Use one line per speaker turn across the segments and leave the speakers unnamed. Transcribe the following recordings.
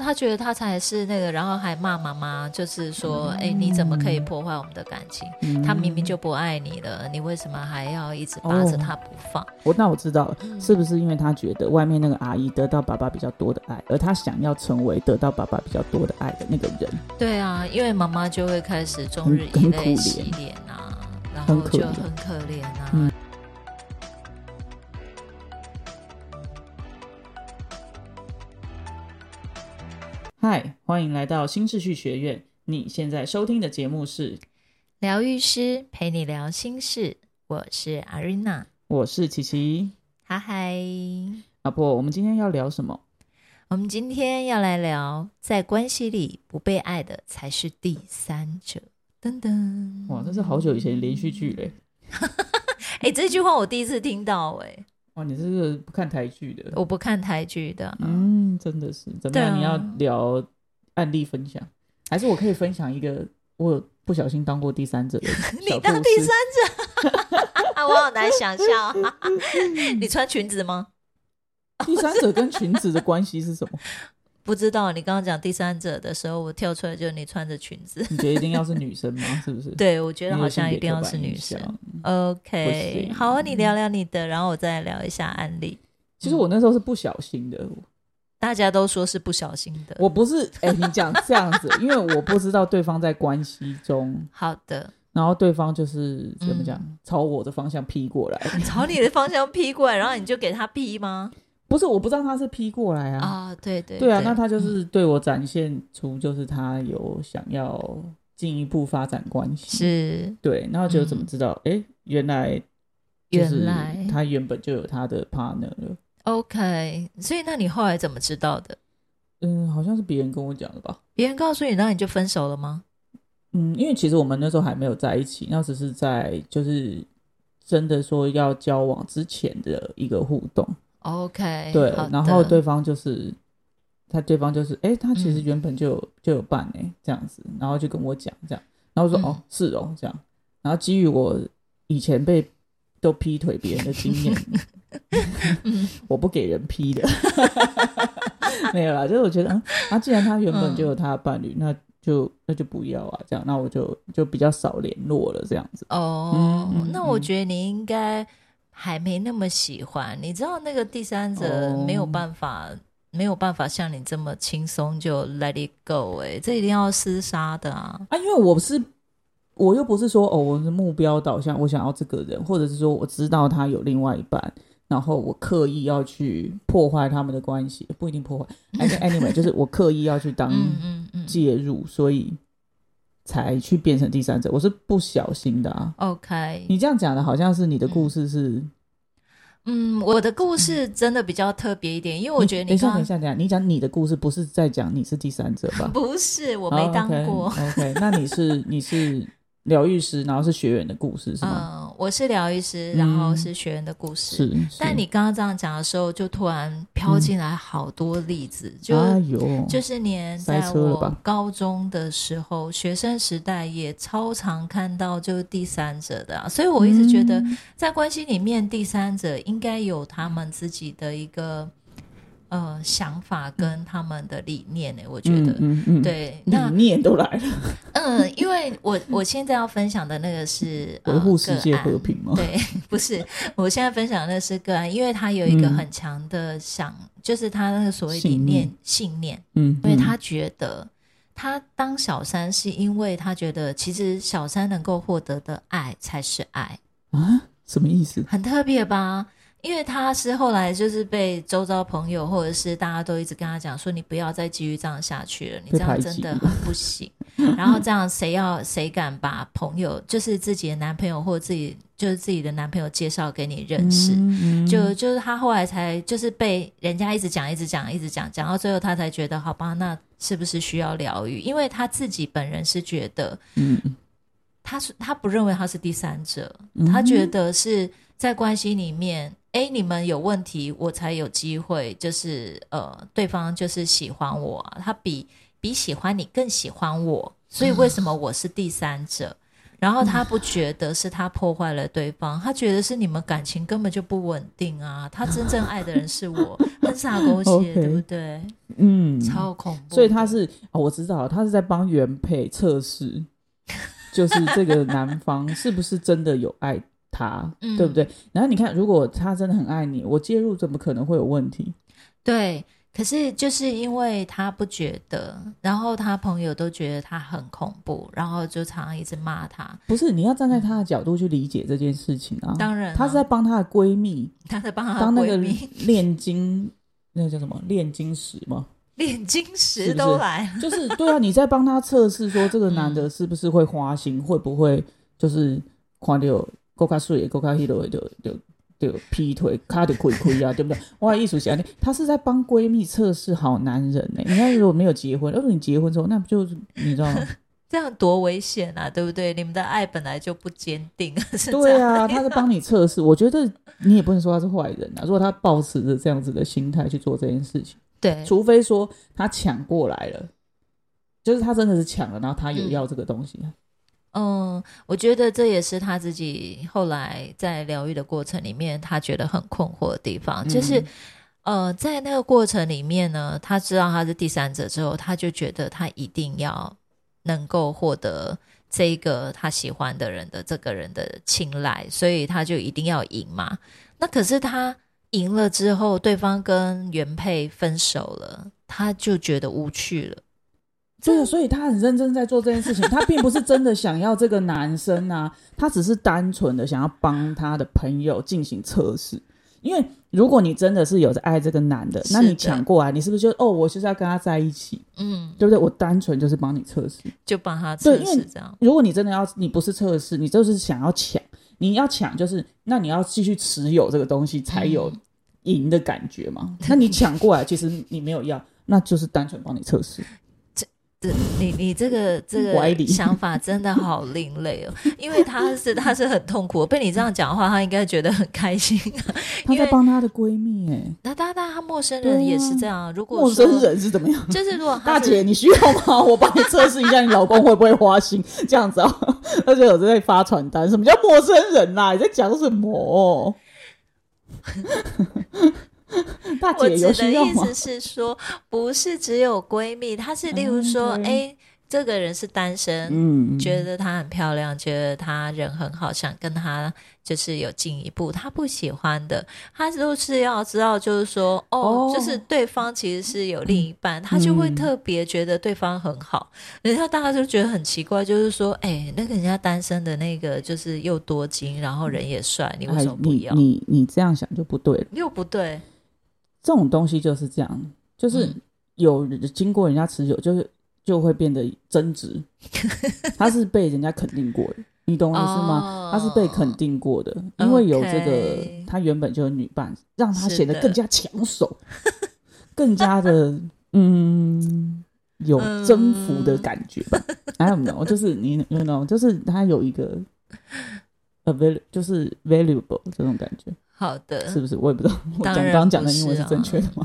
他觉得他才是那个，然后还骂妈妈，就是说，哎、你怎么可以破坏我们的感情？
嗯
他明明就不爱你了，你为什么还要一直扒着他不放？
我那我知道了，
嗯
是不是因为他觉得外面那个阿姨得到爸爸比较多的爱，而他想要成为得到爸爸比较多的爱的那个人？
对啊，因为妈妈就会开始终日
很
以
很可
泪
怜
洗脸啊，然
很
后
可
就
怜
很可怜啊。
嗯嗨，欢迎来到新秩序学院。你现在收听的节目是，
疗愈师陪你聊心事，我是阿瑞娜，
我是琪琪。
嗨嗨。
阿婆，我们今天要聊什么？
我们今天要来聊，在关系里不被爱的才是第三者。噔噔，
哇，这是好久以前的连续剧嘞！
哎、这句话我第一次听到、哎，
哇，你这是不看台剧的？
我不看台剧的，
嗯，真的是怎么
哦对
样？
啊
你要聊案例分享，还是我可以分享一个我不小心当过第三者的 小
你当
故
第
事
三啊，我好难 想象。你穿裙子吗？
第三者跟裙子的关系是什么？
不知道。你刚刚讲第三者的时候，我跳出来就是你穿着裙 子。
你觉得一定要是女生吗？是不是？，
对，我觉得好像一定要是女生。。
不
OK，
行
好啊，你聊聊你的，然后我再聊一下案例。
其实我那时候是不小心
嗯
的，
大家都说是不小心的。
我不是 哎、你讲这样子，因为我不知道对方在关系中，
好的，
然后对方就是怎么讲，
嗯
朝我的方向劈过来，
朝你的方向劈过来，然后你就给他劈吗？
不是我不知道他是劈过来啊，
啊，对对嗯
对啊，那他就是对我展现出就是他有想要进一步发展关系，
是嗯
对，然后就怎么知道？哎、原来就是
原来
他原本就有他的 partner 了。
OK，所以那你后来怎么知道的？
嗯，好像是别人跟我讲的吧。
别人告诉你，那你就分手了吗？
嗯，因为其实我们那时候还没有在一起，那只是在就是真的说要交往之前的一个互动。
OK，
对
好，
然后
的
对方就是他，对方就是哎、诶他其实
嗯
原本就有、就有伴哎、这样子，然后就跟我讲这样，然后我说、
嗯
哦是哦这样，然后基于我以前被都劈腿别人的经验，
嗯
我不给人劈的， 没有啦，就是我觉得嗯，啊既然他原本就
嗯
有他的伴侣，那就那就不要啊这样，那我就就比较少联络了这样子。
哦，
嗯嗯
那我
嗯
觉得你应该还没那么喜欢。你知道那个第三者
哦
没有办法，没有办法像你这么轻松就 let it go、哎，这一定要厮杀的啊。
啊，因为我是我又不是说哦，我是目标导向，我想要这个人，或者是说我知道他有另外一半，然后我刻意要去破坏他们的关系，不一定破坏。哎 anyway，就是我刻意要去当
嗯嗯嗯
介入，所以才去变成第三者。我是不小心的啊。
，OK。
你这样讲的好像是你的故事是，
嗯，我的故事真的比较特别一点，因为我
你
觉得
等一
你
下，
刚？
嗯等一下，等一下，你讲你的故事不是在讲你是第三者吧
不是我没当过。
o k 那你是你是疗愈师，然后是学员的故事是吗？
嗯，我是疗愈师，然后
嗯
是学员的故事。
是，
但你刚刚这样讲的时候，就突然飘进来好多例子，就
哎呦，
就是连
塞
在
车了
我
吧
高中的时候，学生时代也超常看到就是第三者的、啊，所以我一直觉得
嗯
在关系里面，第三者应该有他们自己的一个呃想法跟他们的理念呢、我觉得。
嗯嗯，
对，
理
那
念都来了，
嗯、呃因为我 我现在要分享的那个是呃
维护世界
个案
和平吗？
对， 不是，我现在分享的那是个案，因为他有一个
嗯
很强的想，就是他那个所谓理
信念
念信念，
嗯，
因为他觉得他当小三是因为他觉得其实小三能够获得的爱才是爱，
嗯啊，什么意思？
很特别吧？因为他是后来就是被周遭朋友或者是大家都一直跟他讲说，你不要再继续这样下去了，你这
被
样
排
真
挤
的很不 行。然后这样谁要谁敢把朋友就是自己的男朋友或自己就是自己的男朋友介绍给你认识？
嗯
就就是他后来才就是被人家一直讲、一直讲、一直讲，讲到最后他才觉得，好吧，那是不是需要疗愈？因为他自己本人是觉得，
嗯，
他是他不认为他是第三者，
嗯
他觉得是在关系里面，哎、你们有问题，我才有机会，就是呃，对方就是喜欢我啊、他比比喜欢你更喜欢我，所以为什么我是第三者？然后他不觉得是他破坏了对方，他觉得是你们感情根本就不稳定啊。他真正爱的人是 我，很傻狗血，
OK
对不对？
嗯，
超恐怖的。
所以他是哦，我知道了他是在帮原配测试，就是这个男 方是不是真的有爱他，
嗯
对不对？然后你看，如果他真的很爱你，我介入怎么可能会有问题？
对，可是就是因为他不觉得，然后他朋友都觉得他很恐怖，然后就常常一直骂他。
不是，你要站在他的角度去理解这件事情啊。
当然啊、
他是在帮他的闺蜜
他在帮他的
当那个
闺蜜
炼金，那个叫什么炼金石吗？
炼金
是
石
不
都
是
来了。
就是对啊，你在帮他测试说这个男的是不是会花心，会不会就是看到够卡水、够卡黑的就就就劈腿，卡的亏亏啊，对不对？哇，艺术家，他是在帮闺蜜测试好男人呢、你看，如果没有结婚，要哦是你结婚之后，那不就是你知道吗？
这样多危险啊，对不对？你们的爱本来就不坚定，是这
对
样。
啊，他在帮你测试。我觉得你也不能说他是坏人啊。如果他抱持着这样子的心态去做这件事情，
对
除非说他抢过来了，就是他真的是抢了，然后他有
嗯
要这个东西。
嗯，我觉得这也是他自己后来在疗愈的过程里面，他觉得很困惑的地方，啊
嗯
就是、呃，在那个过程里面呢，他知道他是第三者之后，他就觉得他一定要能够获得这个他喜欢的人的这个人的青睐，所以他就一定要赢嘛。那可是他赢了之后，对方跟原配分手了，他就觉得无趣了。
对啊，所以他很认真在做这件事情，他并不是真的想要这个男生啊，他只是单纯的想要帮他的朋友进行测试。因为如果你真的是有着爱这个男的，
是
那你
的
抢过来，你是不是就哦，我就是要跟他在一起，
嗯，
对不对？我单纯就是帮你测试。
就帮他测
对因为
试这样。
如果你真的要，你不是测试，你就是想要抢，你要抢就是，那你要继续持有这个东西才有
嗯
赢的感觉嘛。那你抢过来，其实你没有要，那就是单纯帮你测试。
这你你这个这
歪理
个想法真的好另类哦，因为他是他是很痛苦，被你这样讲的话，他应该觉得很开心。
她
因为
在帮她的闺蜜、欸，
那当然，他陌生
对
人
啊
也是这样。如果
陌
说
生人是怎么 样？
就是如果
大
他是
姐，你需要吗？我帮你测试一下，你老公会不会 花心？这样子啊、 而且我正在发传单，什么叫陌生人啦、你在讲 什么？大
我
姐
指
有需
的
要
意
吗
思？是说，不是只有闺蜜，她是例如
嗯
说，
对
哎、这个人是单身，
嗯，
觉得她很漂亮，觉得她人很好，想跟她就是有进一步，她不喜欢的，她就是要知道，就是说，哦，
哦
就是对方其实是有另一半，她就会
嗯
特别觉得对方很好，人家大家就觉得很奇怪，就是说，哎、那个人家单身的那个就是又多金，然后人也帅，你为
哎
什么不
你
要？
你你这样想就不对了。
又不对，
这种东西就是这样，就是
嗯
有人经过人家持久，就是就会变得 增值。他是被人家肯定过的，你懂我意思吗？
哦
他是被肯定过的，因为有这个
OK，
他原本就有女伴，让他
是
显得
的
更加抢手， 更加的嗯。有
嗯
征服的感觉吧、i don't know，就是你 you know，就是他有一个 avail，就是 valuable 这种感觉，
好的，
是不是？我也不知道，我
当
讲
然
刚刚讲的
不
英文
是
是
啊
正确的吗？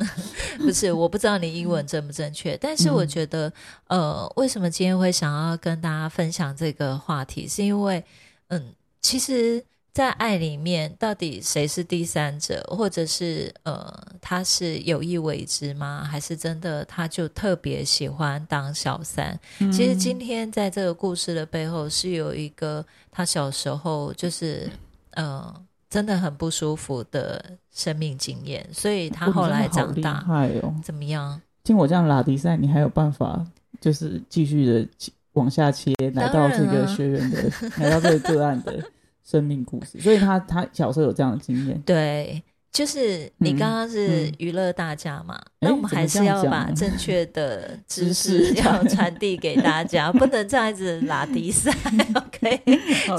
不是，我不知道你英文正不正确，但是我
嗯
觉得，呃，为什么今天会想要跟大家分享这个话题，是因为，嗯，其实，在爱里面，到底谁是第三者，或者是呃，他是有意为之吗？还是真的他就特别喜欢当小三？ 其实今天在这个故事的背后，是有一个他小时候就是，呃。真的很不舒服的生命经验，所以
哦
他
嗯
后来长大，
哎哦！
怎么样？
听我这样拉迪赛，你还有办法就是继续的往下切，来
当
到这
然
个
啊
学员的，来到这个个案的生命故事。所以他他小时候有这样的经 验，
对，就是你
嗯
刚刚是
嗯
娱乐大家嘛，
诶
那我们还是要
怎么这样讲
把
呢
正确的知
知
识
识
要传递给大 家，不能这样子拉低赛。OK，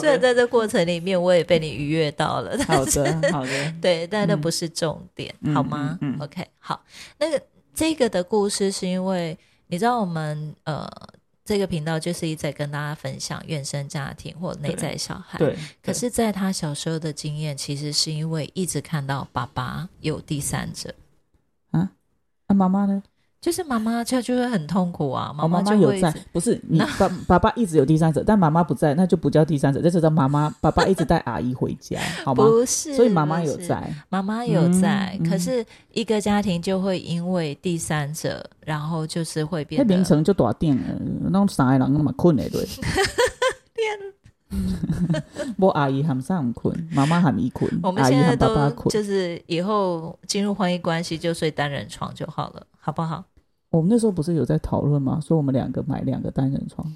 虽然在这过程里面我也被你愉悦到了，但
好
是
的好的，
对，但那
嗯
不是重点，
嗯
好吗、
嗯嗯
o k 好，那个这个的故事是因为你知道我们呃这个频道就是一直在跟大家分享原生家庭或内
对
在小孩，
对。
可是，在他小时候的经验，其实是因为一直看到爸爸有第三者，
啊那妈妈呢？
就是妈妈就就会很痛苦啊，
哦，妈
就
妈有
会一
在
直，
不是你爸爸爸一直有第三者，但妈妈不在，那就不叫第三者，这就叫妈妈。爸爸一直带阿姨回家，好 吗？
不是，
所以妈妈
不
有
是，
在，
妈妈有在，
嗯
可是一个家庭就会因为第三者，然后就是会
那
变得
凌晨就大点了，弄三个人那么困 的对。我阿姨含上困，妈妈含伊困
我，们
阿
现
姨
在
含爸爸
都
困。
就是以后进入婚姻关系就睡单人床就好了，好不好？
我们那时候不是有在讨论吗？说我们两个买两个单人床，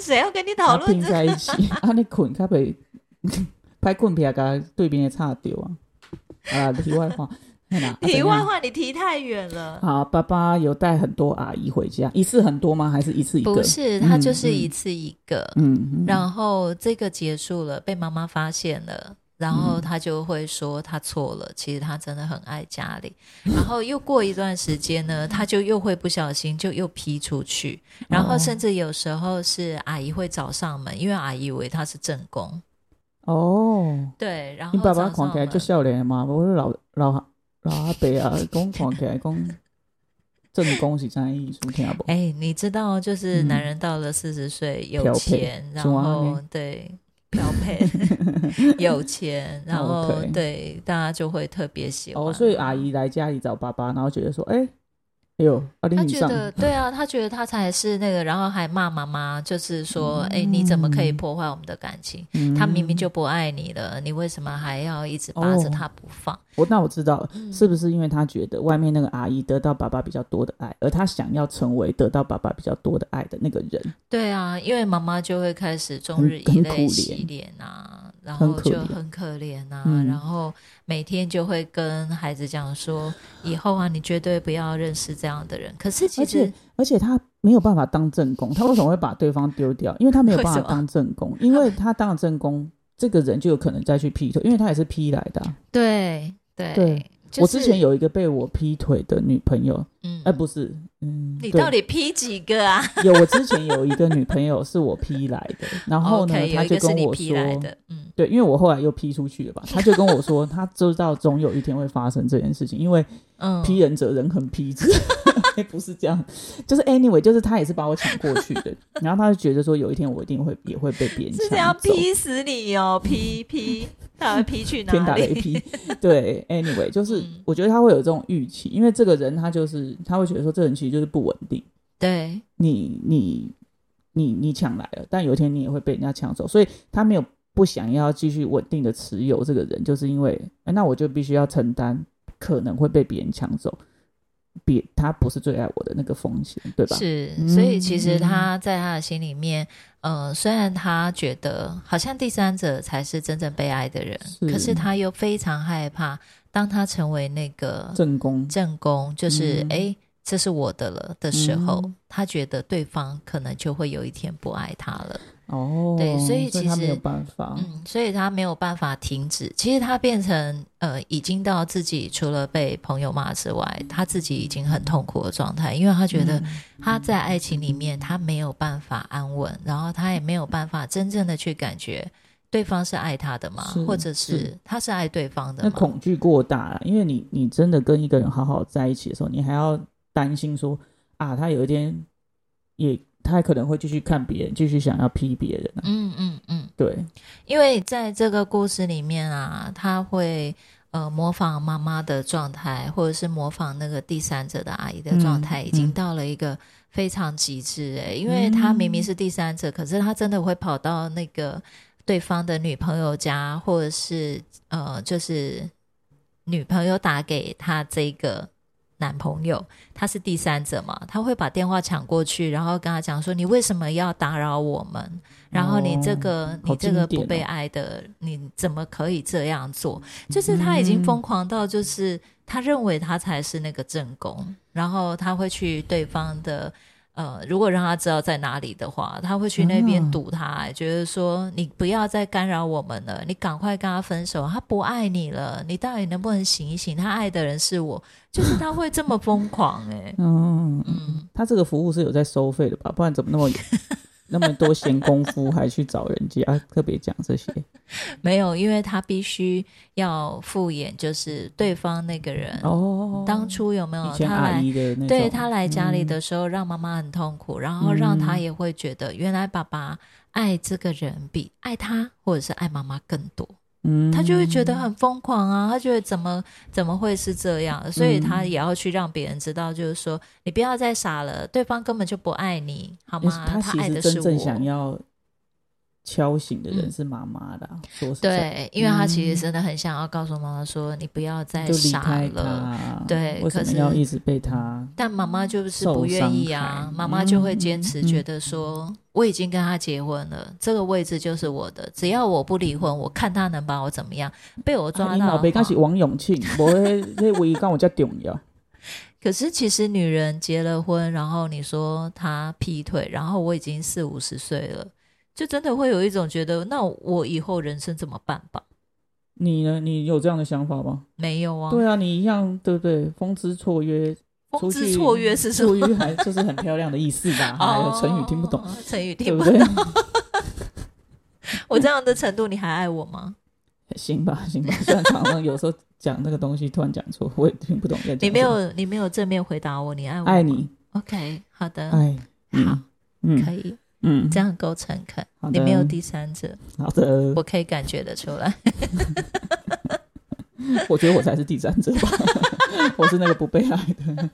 谁要跟你
啊
讨论
拼
这？
在一起，啊你困较袂， 拍困片甲对面的插掉啊。啊，题外话，嘿啦啊
题
怎
外
样
话，你提太远了。
啊，爸爸有带很多阿姨回家，一次很多吗？还是一次一个？
不是，他
嗯
就是
嗯
一次一个，
嗯，嗯，
然后这个结束了，被妈妈发现了。然后他就会说他错了，其实他真的很爱家里。然后又过一段时间呢，他就又会不小心就又劈出去，然后甚至有时候是阿姨会找上门，因为阿姨以为他是正宫，
哦，
对。然后
你爸
找
爸
上
看起来
门
就少年的嘛，我老老老阿伯啊，讲看起来讲正宫是啥意思？听不？
哎、你知道，就是
嗯
男人到了四十岁，
漂
有
配
钱，然
怎么啊
后
呢
对漂配， 有钱，然后
OK
对大家就会特别喜欢。
哦，所以阿姨来家里找爸爸，然后觉得说，哎，哎呦，阿
他
玲以
觉
上，
得对啊，他觉得他才是那个，然后还骂妈妈，就是说，哎、你怎么可以
嗯
破坏我们的感情？
嗯
他明明就不爱你了，你为什么还要一直扒着
哦
他不放？
我那我知道了，
嗯
是不是因为他觉得外面那个阿姨得到爸爸比较多的爱，而他想要成为得到爸爸比较多的爱的那个人？
对啊，因为妈妈就会开始终
很
日
很
以
可
泪
怜
洗脸啊，然
很
后
可
就
怜
很可怜啊，
嗯
然后每天就会跟孩子讲说，以后啊，你绝对不要认识这样的人。可是其
而且
实
而且他没有办法当正宫，他为什么会把对方丢掉？因为他没有办
为
法
什么
当正宫，因为他当了正宫，这个人就有可能再去劈腿，因为他也是劈来的啊、
对对
对
就是、
我之前有一个被我劈腿的女朋友，
嗯，
哎、不是，嗯，
你
对
到底劈几个啊？
有我之前有一个女朋友是我劈来的，然 后呢
OK，有
他
一
就
个是
跟
你
我
劈来
说，
的，嗯，
对，因为我后来又劈出去了吧，他就跟我说，他知道总有一天会发生这件事情，因为
嗯，
劈人者人很劈之， 哎不是这样，就是 anyway，就是他也是把我抢过去 的，然后他就觉得说有一天我一定会也会被别人
是这
抢
样
走，
劈死你哦， 劈劈，他会劈去
天
哪
打雷
里？
劈。对，anyway，就是
嗯
我觉得他会有这种预期，因为这个人他就是他会觉得说这人其实就是不稳定，
对，
你你你你抢来了，但有一天你也会被人家抢走，所以他没有不想要继续稳定的持有这个人，就是因为、哎那我就必须要承担可能会被别人抢走。别，他不是最爱我的那个风险，对吧？
是，
嗯
所以其实他在他的心里面，呃，虽然他觉得好像第三者才是真正被爱的人，
是
可是他又非常害怕，当他成为那个
正宫
正宫，就是
嗯
哎、诶这是我的了的时候，
嗯
他觉得对方可能就会有一天不爱他了。
哦，
对所以其
他没有
实
办法，
嗯，所以他没有办法停止。其实他变成呃，已经到自己除了被朋友骂之外，他自己已经很痛苦的状态，因为他觉得
嗯
他在爱情里面他没有办法安稳，然后他也没有办法真正的去感觉对方是爱他的吗
是？
或者是
是
他是爱对方的
那
吗？
恐惧过大了，因为你你真的跟一个人好好在一起的时候，你还要担心说啊，他有一天也他可能会继续看别人，继续想要劈别人、啊，
嗯嗯嗯，
对，
因为在这个故事里面啊，他会。呃，模仿妈妈的状态，或者是模仿那个第三者的阿姨的状态，
嗯
已经
嗯
到了一个非常极致诶、因为他明明是第三者，可是他真的会跑到那个对方的女朋友家，或者是呃，就是女朋友打给他这个男朋友，他是第三者嘛，他会把电话抢过去，然后跟他讲说：“你为什么要打扰我们？然后你
哦
这个、
好
你这个
经典
不
哦
被爱的，你怎么可以这样做？”就是他已经疯狂到就是。他认为他才是那个正宫，然后他会去对方的呃，如果让他知道在哪里的话，他会去那边
啊
堵他、觉得说你不要再干扰我们了，你赶快跟他分手，他不爱你了，你到底能不能醒一醒？他爱的人是我，就是他会这么疯狂哎、
嗯，
嗯，
他这个服务是有在收费的吧？不然怎么那么那么多闲工夫，还去找人家、啊、特别讲这些。
没有，因为他必须要复演，就是对方那个人
哦，
当初有没有
以前
他
阿
来
姨的那种，嗯
对他来家里的时候，让妈妈很痛苦，然后让他也会觉得，原来爸爸爱这个人比爱他或者是爱妈妈更多，
嗯，嗯
他就会觉得很疯狂啊，他觉得怎么怎么会是这样，所以
嗯
他也要去让别人知道，就是说你不要再傻了，对方根本就不爱你，好吗
也是？嗯他
哦他
其
爱
实
的
真
是
正想
我。
要敲醒的人
嗯
是妈妈的啊，说实在，
对，因为他其实真的很想要告诉妈妈说，你不要再
嗯就离
傻
开
了。
他，
对
为
可
什么
是
要一直被他？
但妈妈就是
受
不愿意
伤
啊
害，
妈妈就会
嗯
坚持，
嗯
觉得说、我已经跟他结婚了，这个位置就是我的，只要我不离婚，我看他能把我怎么样。啊被我抓
你
到、
老爸敢是王永庆，无迄迄位敢有遮重要？
可是其实女人结了婚，然后你说她劈腿，然后我已经四五十岁了，就真的会有一种觉得，那我以后人生怎么办吧？
你呢？你有这样的想法吗？
没有啊，
对啊，你一样，对不对？风姿绰约，
风
出
姿
去
绰哦约是什么？
绰 约还就是很漂亮的意思吧？还有成语听不懂，
哦，哎成语
对
听
不
不
对？
我这样的程度，你还爱我吗？
行吧，行吧。虽然常常有时候讲那个东西，突然讲错，我也听不懂在讲什么。
你没有，你没有正面回答我，你爱我吗
爱你，
OK，好的，
爱你，
好，可
嗯
以，
嗯，
这样够诚恳。
好
你
的，
没有第三者，
好的。
我可以感觉得出来。
我觉得我才是第三者吧， 我是那个不被爱 的。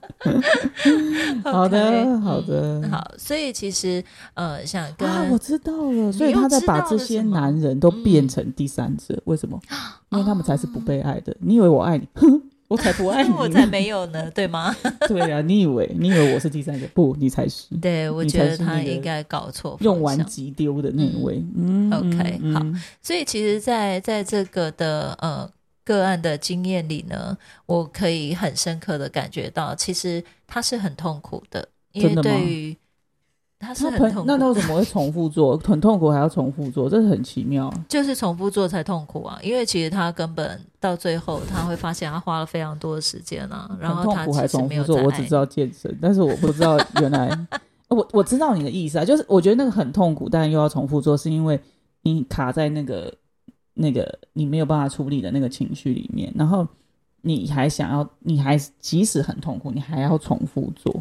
好的，
OK，
好的，
嗯好，所以其实呃，想跟
啊，我知道了，所以
又
他在
知
把
道
这
了
些
什么
男人都变
嗯哦
成第三者，为什么？因为他们才是不被爱的。你以为我爱你？ 哼，我才不爱 你
我才
呢。
没有呢，对 吗？
对啊，你以为你以为我是第三者？不，你才是
对，我
你
觉
才
得
是
他
那个
应该搞错方
用完
向
即丢的那一位。嗯
OK，
嗯
好
嗯
所以其实在，在这个的呃个案的经验里呢，我可以很深刻的感觉到，其实他是很痛苦的，因为
真的吗
对于他是
那
很
朋
痛
那
苦
他
的，
为什么会重 复做？很痛苦还要重复做，这是很奇妙啊。
就是重复做才痛苦啊，因为其实他根本到最后他会发现他花了非常多的时间啊，然
很
后
痛
他
苦还
其实
重
没
复
有
做，
在
我
爱
只知
你
道健身，但是我不知道原 来我我知道你的意思啊，就是我觉得那个很痛苦，但又要重复做，是因为你卡在那个那个你没有办法处理的那个情绪里面，然后你还想要，你还即使很痛苦，你还要重复做，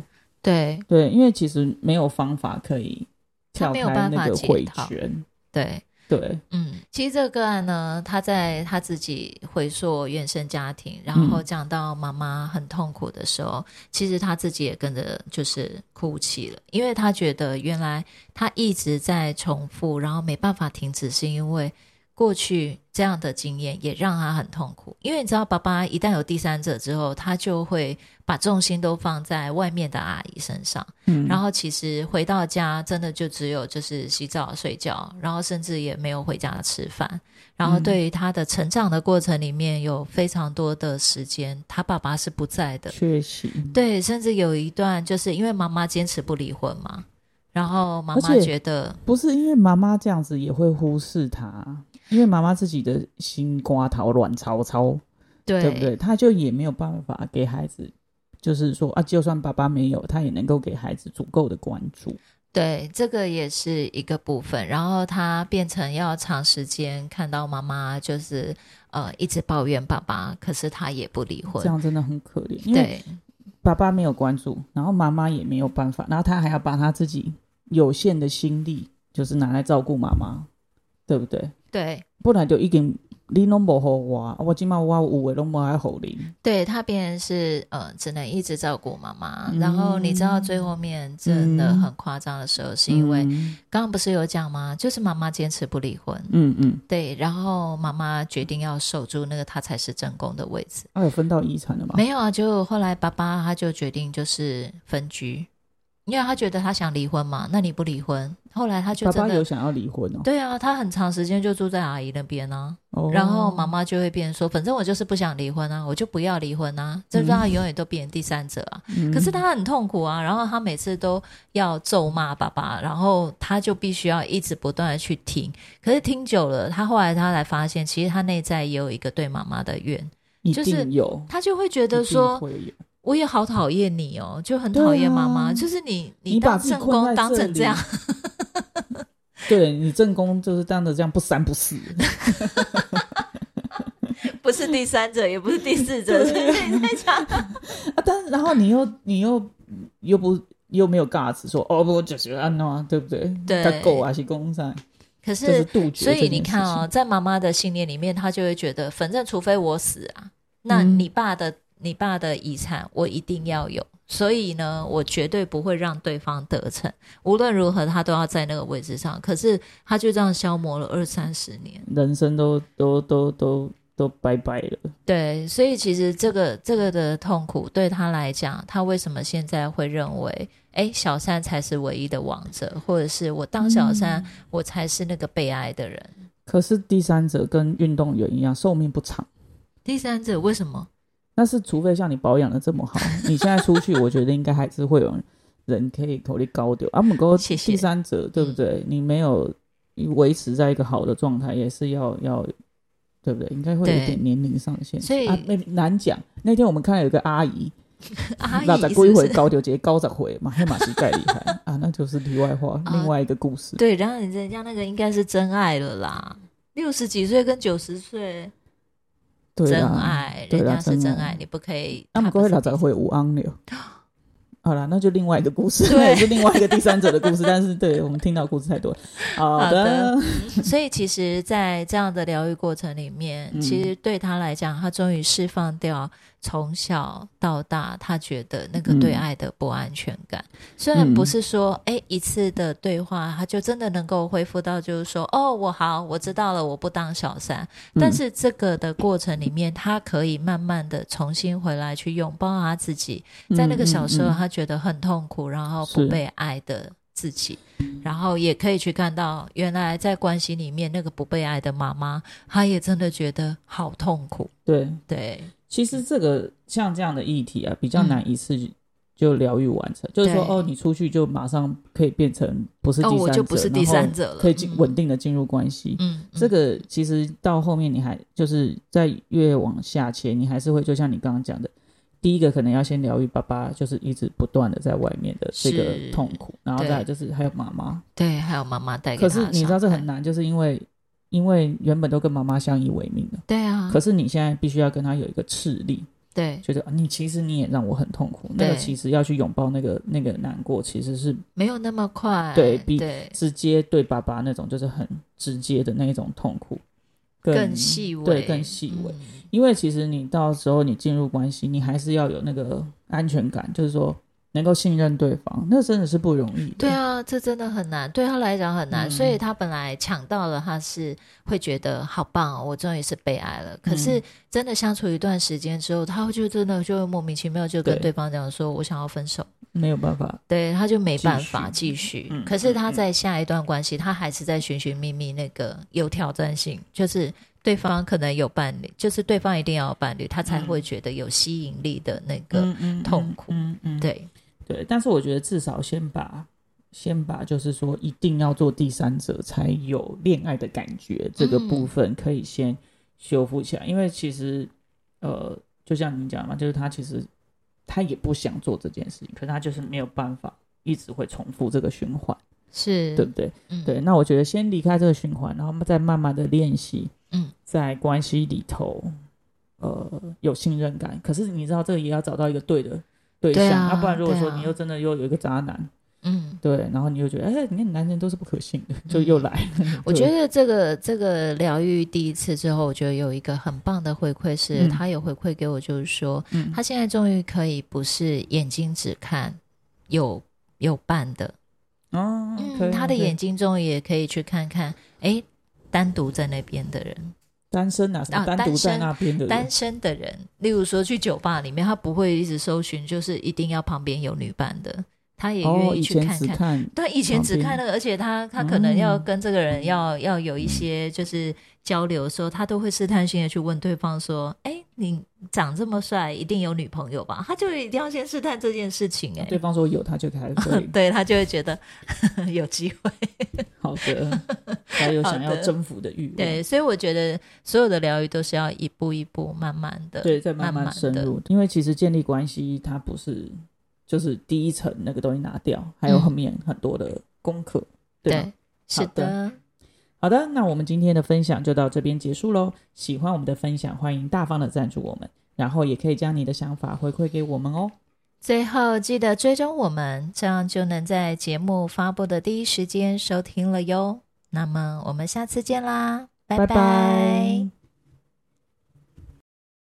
对
对，因为其实没有方法可以
他
跳
没有
开
办
那
法
个
解
回
套
圈，
对。
对，
嗯，其实这个个案呢，他在他自己回溯原生家庭，然后
嗯
讲到妈妈很痛苦的时候，其实他自己也跟着就是哭泣了，因为他觉得原来他一直在重复，然后没办法停止，是因为过去这样的经验也让他很痛苦。因为你知道，爸爸一旦有第三者之后，他就会把重心都放在外面的阿姨身上。
嗯，
然
后
后其实回到家，真的就只有就是洗澡、睡觉，然后甚至也没有回家吃饭。然后
嗯
对于他的成长的过程里面，有非常多的时间，他爸爸是不在的。
缺席，
对，甚至有一段就是因为妈妈坚持不离婚嘛，然后妈妈
而且
觉得
不是因为妈妈这样子也会忽视他，因为妈妈自己的心瓜桃卵巢巢，
对
对不对？他就也没有办法给孩子，就是说啊，就算爸爸没有，他也能够给孩子足够的关注。
对，这个也是一个部分。然后他变成要长时间看到妈妈就是呃一直抱怨爸爸，可是他也不离
这
婚。
样真的很可怜，因为
对，
爸爸没有关注，然后妈妈也没有办法，然后他还要把他自己有限的心力，就是拿来照顾妈妈，对不对？
对，
不然就已经你拢无好我，我今晚我有的拢无爱好你，
对他变成是呃，只能一直照顾妈妈。
嗯
然后你知道最后面真的很夸张的时候，是因为
嗯
刚刚不是有讲吗？就是妈妈坚持不离婚，
嗯嗯，
对，然后妈妈决定要守住那个她才是正宫的位置。
他啊有分到遗产了吗？
没有啊，就后来爸爸他就决定就是分居，因为他觉得他想离婚嘛，那你不离婚，后来他就
爸
真
爸有
的。
想要离婚哦
对啊，他很长时间就住在阿姨那边啊。
哦，
然后妈妈就会变说，反正我就是不想离婚啊，我就不要离婚啊，这让他永远都变成第三者啊。
嗯，
可是他很痛苦啊，然后他每次都要咒骂爸爸，然后他就必须要一直不断的去听。可是听久了，他后来他才发现，其实他内在也有一个对妈妈的怨，
一
就
定
是
有，
他就会觉
觉
得说，
会有，
我也好讨厌你哦，就很讨厌妈妈，
对啊
就是你
你把
当
自己
正
困
宫
在
当
这
成这样，
对你正宫就是这样的，这样不三不四，
不是第三者，也不是第四 者，所以你在讲，
啊，但然后你又你又又不又没有 guts 说哦，我就是安诺，对不对？
对
他狗啊是公仔，
可
这是
是。
杜绝。
所以你看哦，，在妈妈的信念里面，她就会觉得，反正除非我死啊，那
嗯
你爸的、你爸的遗产我一定要有，所以呢，我绝对不会让对方得逞，无论如何他都要在那个位置上。可是他就这样消磨了二三十年。
人生都都都都都拜拜了。
对，所以其实这个这个的痛苦对他来讲，他为什么现在会认为，哎，小三才是唯一的王者，或者是我当小三，
嗯
我才是那个被爱的人？
可是第三者跟运动员一样，寿命不长。
第三者为什 么？
但是除非像你保养的这么好，你现在出去，我觉得应该还是会有人可以口力高丢。阿姆哥，
谢谢嗯
第三者对不对？你没有维持在一个好的状态，也是要要。对不对？应该会有
对
一点年龄上限，
所以
啊、没难讲。那天我们看到有个阿姨，
阿姨
那在
是
过一
不
回
是？
高丢节高十回嘛，黑马膝盖厉害啊，那就是题外话，
啊
另外一个故事。
对，然后人家那个应该是真爱了啦，六十几岁跟九十岁
对啊
真
啦，
爱，
对
人
啦
家是
真
真
爱
爱，你不可以。
阿姆
他不
哥啊会
是
老
第
在会有五 昂流。好啦，那就另外一个故事，
对
那也是另外一个第三者的故事。但是，对我们听到故事太多了。好
好的
的，
所以其实，在这样的疗愈过程里面，
嗯
其实对他来讲，他终于释放掉从小到大他觉得那个对
嗯
爱的不安全感。虽然不是说，哎、一次的对话他就真的能够恢复到，就是说，哦，我好，我知道了，我不当小三。
嗯
但是这个的过程里面，他可以慢慢的重新回来去拥抱他自己，在那个小时候，
嗯，嗯嗯
他觉得很痛苦，然后
是
不被爱的自己，然后也可以去看到，原来在关系里面那个不被爱的妈妈，她也真的觉得好痛苦。
对，
对，
其实这个像这样的议题啊，比较
嗯
难一次就疗愈完成。就是说，
对
哦，你出去就马上可以变成不是第
哦，
三者，
我就不是第三
然后
者了，
可以进
嗯
稳定的进入关系。
嗯，
这
嗯
个其实到后面你还就是在越往下切，你还是会就像你刚刚讲的，第一个可能要先疗愈爸爸，就是一直不断的在外面的这
是
个痛苦，然后
对
再来就是还有妈妈。
对，还有妈妈带给
可
她
是
的
你知道这
伤
很
害
难，就是因为因为原本都跟妈妈相依为命的，
对啊，
可是你现在必须要跟他有一个斥力，
对，
觉得啊你其实你也让我很痛苦，那
对
个其实要去拥抱那个那个难过，其实是
没有那么快，
对比
对
直接对爸爸那种就是很直接的那一种痛苦，
更细微，
对更细微。
嗯
因为其实你到时候你进入关系，你还是要有那个安全感，就是说能够信任对方，那真的是不容易的。
对，啊，这真的很难，对他来讲很难，
嗯
所以他本来抢到了，他是会觉得好棒、哦，我终于是被爱
嗯
了。可是真的相处一段时间之后，他就真的就会莫名其妙就跟
对
对方讲说，我想要分手，
没有办法。
对，他就没
继
办
续
法继续。
嗯
可是
嗯
他
嗯
在下一段关系，他还是在寻寻觅觅那个有挑战性，就是对方可能有伴侣，就是对方一定要有伴侣，他才
嗯
会觉得有吸引力的那个。
嗯
痛苦
嗯嗯，
对，
对。但是我觉得至少先把先把就是说一定要做第三者才有恋爱的感觉这个
嗯
部分可以先修复起来，因为其实呃，就像你讲嘛，就是他其实他也不想做这件事情，可是他就是没有办法一直会重复这个循环，
是，
对不对？
嗯，
对，那我觉得先离开这个循环，然后再慢慢的练习，
嗯，
在关系里头，呃，有信任感。可是你知道，这个也要找到一个对的对象，
对
要、
啊
不然如果
对
说
啊
你又真的又有一个渣男，
嗯。
对，然后你又觉得，哎、你看男人都是不可信的，就又来了。
我
对
觉得这个这个疗愈第一次之后，我觉得有一个很棒的回馈是，
嗯
他有回馈给我，就是说、
嗯
他现在终于可以不是眼睛只看有有伴的，
哦，可以
嗯，他的
可以
眼睛终于也可以去看看，哎，单独在那边的人，
单身啊，什么
啊
单独
单
在
身
那边的人，
单身的人，例如说去酒吧里面，他不会一直搜寻，就是一定要旁边有女伴的，他也
哦，
愿
以
意去
前
看
只
看。
看
对，以前只
旁边
看那个，而且他他可能要
嗯
跟这个人要、要有一些就是交流的时候，他都会试探性的去问对方说：“哎，你长这么帅，一定有女朋友吧？”他就一定要先试探这件事情、
对
哎，。
方说有，他就开始会
哦对他就会觉得 有机 会。
好的， 还有想
好
要
的
征服的欲望。
对，所以我觉得所有的疗愈都是要一步一步、慢慢的，
对，再
慢
慢
慢
深
地
入，因为其实建立关系它不是就是第一层那个东西拿掉，还有
嗯
后面很多的功课，对吧
对是的，
好的，那我们今天的分享就到这边结束喽。喜欢我们的分享，欢迎大方的赞助我们，然后也可以将你的想法回馈给我们哦。
最后记得追踪我们，这样就能在节目发布的第一时间收听了哟。那么我们下次见啦，拜
拜拜